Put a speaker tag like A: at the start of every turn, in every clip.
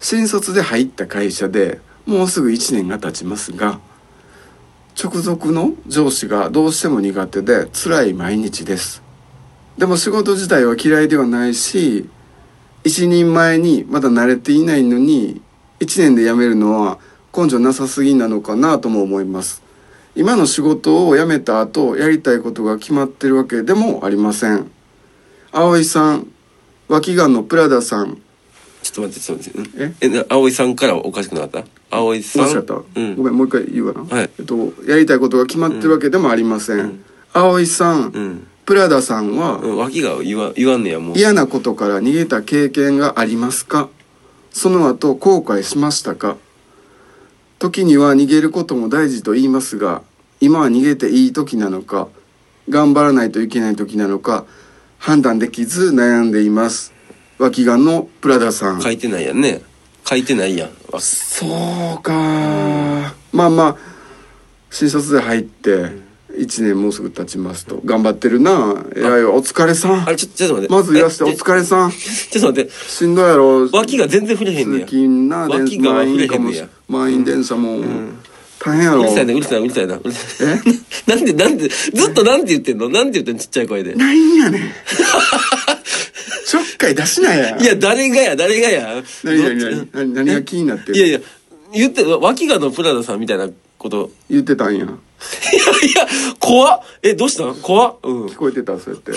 A: 新卒で入った会社でもうすぐ1年が経ちますが直属の上司がどうしても苦手で辛い毎日ですでも仕事自体は嫌いではないし一人前にまだ慣れていないのに1年で辞めるのは根性なさすぎなのかなとも思います今の仕事を辞めた後やりたいことが決まってるわけでもありません葵さん脇がんのプラダさん
B: ちょっと待って、ちょっと待っ
A: え
B: て。え、な葵さんからはおかしくなかった葵さん。
A: もしかった、
B: うん。
A: ごめんもう一回言うかな、
B: はい
A: えっと、やりたいことが決まってるわけでもありません、
B: うん
A: 葵さん、
B: うん。
A: プラダさんは、
B: うん脇が言わ言わんねや、もう。
A: 嫌なことから逃げた経験がありますかその後後悔しましたか時には逃げることも大事と言いますが今は逃げていい時なのか頑張らないといけない時なのか判断できず悩んでいます脇がのプラダさん
B: 書いてないやんね。書いてないやん。わ
A: そうかまあまあ新卒で入って1年もうすぐ経ちますと頑張ってるな偉いわお疲れさん
B: あれ、ちょ、ちょっと待って。
A: まず言わせてお
B: え
A: 疲れさん
B: えちょっと待って。
A: しんどいやろ
B: 脇が全然触れへんね
A: 通
B: や。
A: 勤な電
B: 脇が
A: 満
B: 触
A: 員
B: れへ
A: か
B: ん
A: も
B: ね
A: し
B: や。
A: 満員電車も大変や
B: う
A: ろ
B: るさいな、うるさいな、うるさいな。うるさい
A: え
B: ななんで、なんで、ずっとなんて言ってんのなんて言ってんのちっちゃ い声で。
A: なんやね んちょっかい出しなや
B: いや、誰がや、誰がや。
A: 何
B: どっち
A: 何何何が気になって
B: いやい
A: る
B: や、言って、脇がのプラダさんみたいなこと。
A: 言ってたんや
B: いやいや、怖っえ、どうしたん怖っうん。
A: 聞こえてたそうやって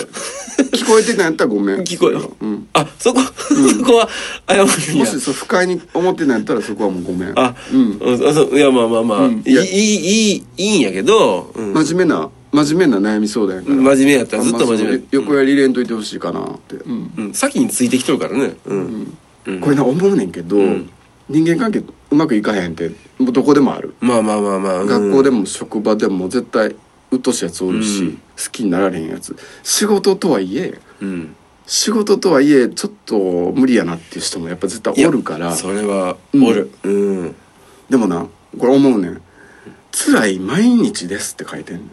A: 聞こえてたんやったらごめん
B: 聞こ
A: そ
B: え
A: れは
B: よ。
A: うん
B: あ、そこ、そこは謝るんや
A: もしそう不快に思ってないんやったらそこはもうごめん
B: あ、
A: う
B: うんん。あそういや、まあまあまあ、
A: うん
B: いい、いい、いい、いいんやけど、うん。
A: 真面目な真面目な悩み相談やから
B: 真面目やったらずっと真面目
A: あんまそう横やり入れんといてほしいかなって、うん
B: うん。先についてきとるからね。うん。うん
A: これな思うねんけど、
B: うん
A: 人間関係うまくいかへんってもうどこでもある、
B: まあまあまあまあ。うん
A: 学校でも職場でも絶対うっとうしいやつおるし、
B: うん
A: 好きになられへんやつ仕事とはいえ
B: うん。
A: 仕事とはいえちょっと無理やなっていう人もやっぱ絶対おるから
B: それは、
A: うん
B: おる。うん。
A: でもなこれ思うねん辛い毎日ですって書いてんねん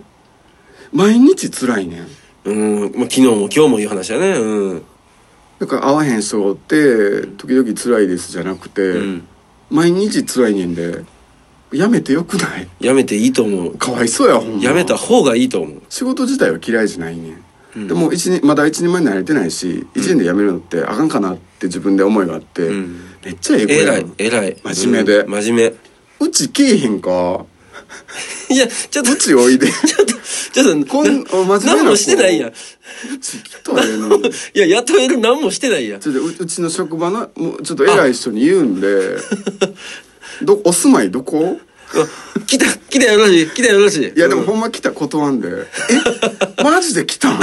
A: 毎日辛いねん
B: うん。まあ、昨日も今日もいう話やね。うん。
A: だから会わへん人がおって時々辛いですじゃなくて、
B: うん。
A: 毎日辛いねんでやめてよくない
B: やめていいと思う。
A: かわいそうやほんま
B: やめた方がいいと思う。
A: 仕事自体は嫌いじゃないねん、
B: うん
A: でも一人まだ一人前になれてないし一年で辞めるのってあかんかなって自分で思いがあって、
B: うん
A: めっちゃええ子
B: え
A: や
B: ら
A: ん
B: い、えらい。
A: 真面目で
B: うん真面
A: うちけえへんか
B: 目。いや、ちょっと、
A: うちおいで
B: ちょっと、ちょっと、
A: こん
B: な
A: お真面目な子
B: 何もしてないやん。
A: うち来たらええのに
B: いや、雇える何もしてないやん。
A: ちょっとううちの職場のもうちょっと偉い人に言うん でどお住まいどこ
B: あ来た、来たよろしい、来たよろしい。
A: いやでも
B: うん
A: ほんま来たら断んで「えマジで来たん?」 っ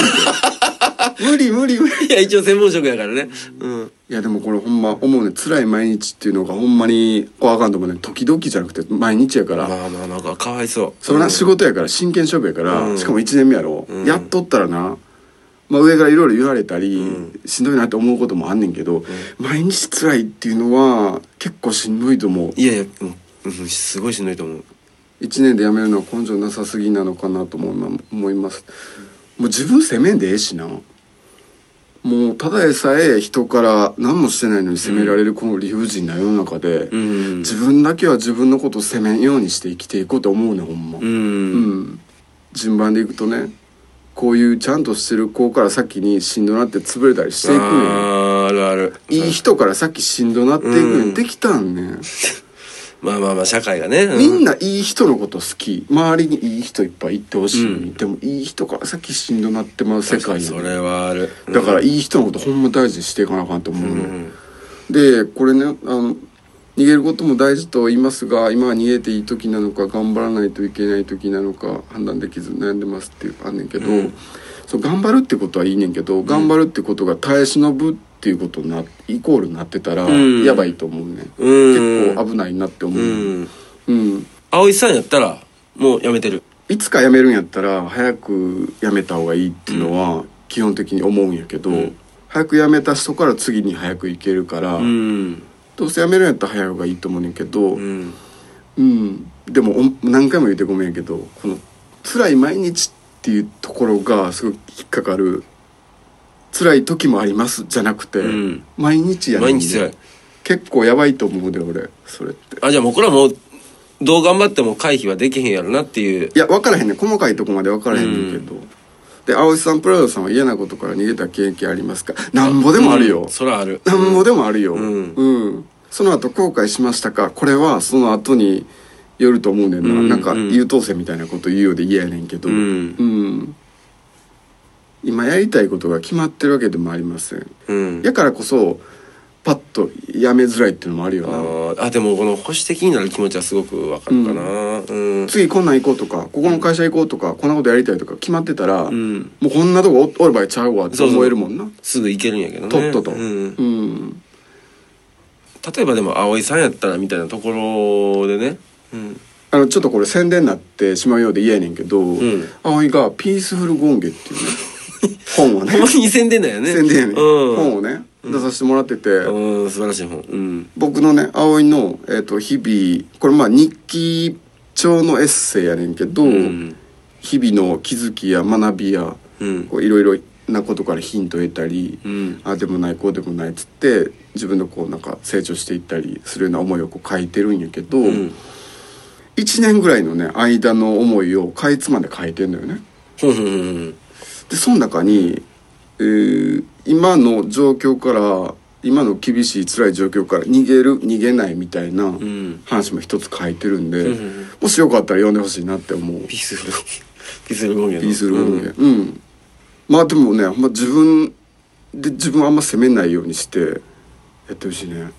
A: て「無理無理無理」
B: いや、一応専門職やからね。うん。
A: いやでもこれほんま思うね辛い毎日っていうのがほんまに怖かんと思うね時々じゃなくて毎日やから、
B: まあまあ、なんか、かわいそう。
A: それ
B: う
A: なん仕事やから真剣勝負やから、
B: うん
A: しかも1年目やろ、
B: うん
A: やっとったらな、まあ、上からいろいろ言われたり、しんどいなって思うこともあんねんけど、毎日辛いっていうのは結構しんどいと思う
B: いやいや、うん、うん、すごいしんどいと思う。
A: 1年で辞めるのは根性なさすぎなのかなと思いま思いますもう自分責めんでええしなもうただでさえ人から何もしてないのに責められるこの理不尽な世の中で、
B: うん。
A: 自分だけは自分のことを責めんようにして生きていこうと思うねほんま、
B: う。
A: うんん順番でいくとねこういうちゃんとしてる子から先にしんどなって潰れたりしていくねん
B: あーあるある。
A: いい人から先しんどなっていくねん、
B: うん
A: できたんねん
B: まあまあまあ、社会がね。う
A: みんないい人のこと好き周りにいい人いっぱいいてほしいのに、でもいい人から先しんどなってまう世界や
B: そ
A: ねん
B: れはある。
A: だからいい人のことほんま大事にしていかなあかんと思うね、
B: うん
A: で
B: ん。
A: これねあの逃げることも大事と言いますが今は逃げていい時なのか頑張らないといけない時なのか判断できず悩んでますっていうあんねんけど、
B: うん
A: そう頑張るってことはいいねんけど頑張るってことが耐え忍ぶっていうことになイコールになってたら、
B: うん
A: やばいと思うね、
B: うん。
A: 結構危ないなって思う、
B: うん。
A: うん
B: 葵さんやったら、もうやめてる。
A: いつか辞めるんやったら早く辞めた方がいいっていうのは基本的に思うんやけど、
B: うん
A: 早く辞めた人から次に早く行けるから、
B: うん。
A: どうせ辞めるんやったら早い方がいいと思うねんけど、
B: うん。
A: うん、でもお何回も言ってごめんやけどこの辛い毎日っていうところがすごい引っかかる辛い時もありますじゃなくて、
B: うん
A: 毎日やねん
B: 毎日辛い。
A: 結構やばいと思うで俺それって
B: あ、じゃあ僕らもう、どう頑張っても回避はできへんやろなっていう。
A: いや分からへんね細かいとこまで分からへんねんけど、で青木さんプラザさんは嫌なことから逃げた経験ありますかなんぼでもあるよ、
B: うんそらある。
A: なんぼでもあるよ。
B: うん
A: うんその後後悔しましたかこれはその後によると思うねんな。
B: うん
A: なんか
B: うん
A: 優等生みたいなこと言うようで嫌やねんけど。
B: うん
A: うん今やりたいことが決まってるわけでもありません。
B: うん。
A: やからこそ、パッとやめづらいっていうのもある
B: あ
A: よな。
B: ーあ、でもこの保守的になる気持ちはすごくわかるかな。うん。
A: 次こんなん行こうとか、ここの会社行こうとか、こんなことやりたいとか決まってたら、
B: うん。
A: もうこんなとこおおる場合ちゃうわって思えるもんな。
B: すぐ行けるんやけどね。
A: とっとと。
B: うん
A: うん
B: 例えばでも葵さんやったらみたいなところでね、うん、
A: あのちょっとこれ宣伝になってしまうようで嫌やねんけど、
B: ん
A: 葵が「ピースフルゴンゲ」っていうね本をね
B: ほんまに宣伝だよね
A: 宣伝やねん、
B: うん、
A: 本をね出させてもらってて、
B: うん素晴らしい本うん
A: 僕のね葵の、えー、と日々これまあ日記調のエッセイやねんけど、
B: うん
A: 日々の気づきや学びや
B: うん
A: こういろいろなことからヒントを得たり、
B: うん
A: ああでもないこうでもないっつって自分のこうなんか成長していったりするような思いをこう書いてるんやけど、
B: うん
A: 1年ぐらいのね間の思いをかいつまんで書いてんのよね
B: ふんふんふん
A: でその中に、えー今の状況から今の厳しい辛い状況から逃げる逃げないみたいな
B: ふんうん
A: 話も一つ書いてるんで、
B: うんうんうん
A: もしよかったら読んでほしいなって思う
B: ピースフルピースフルゴンゲの
A: ピースルームで
B: うん
A: うん、まあでもね、ほんま自分で自分をあんま責めないようにしてやってほしいね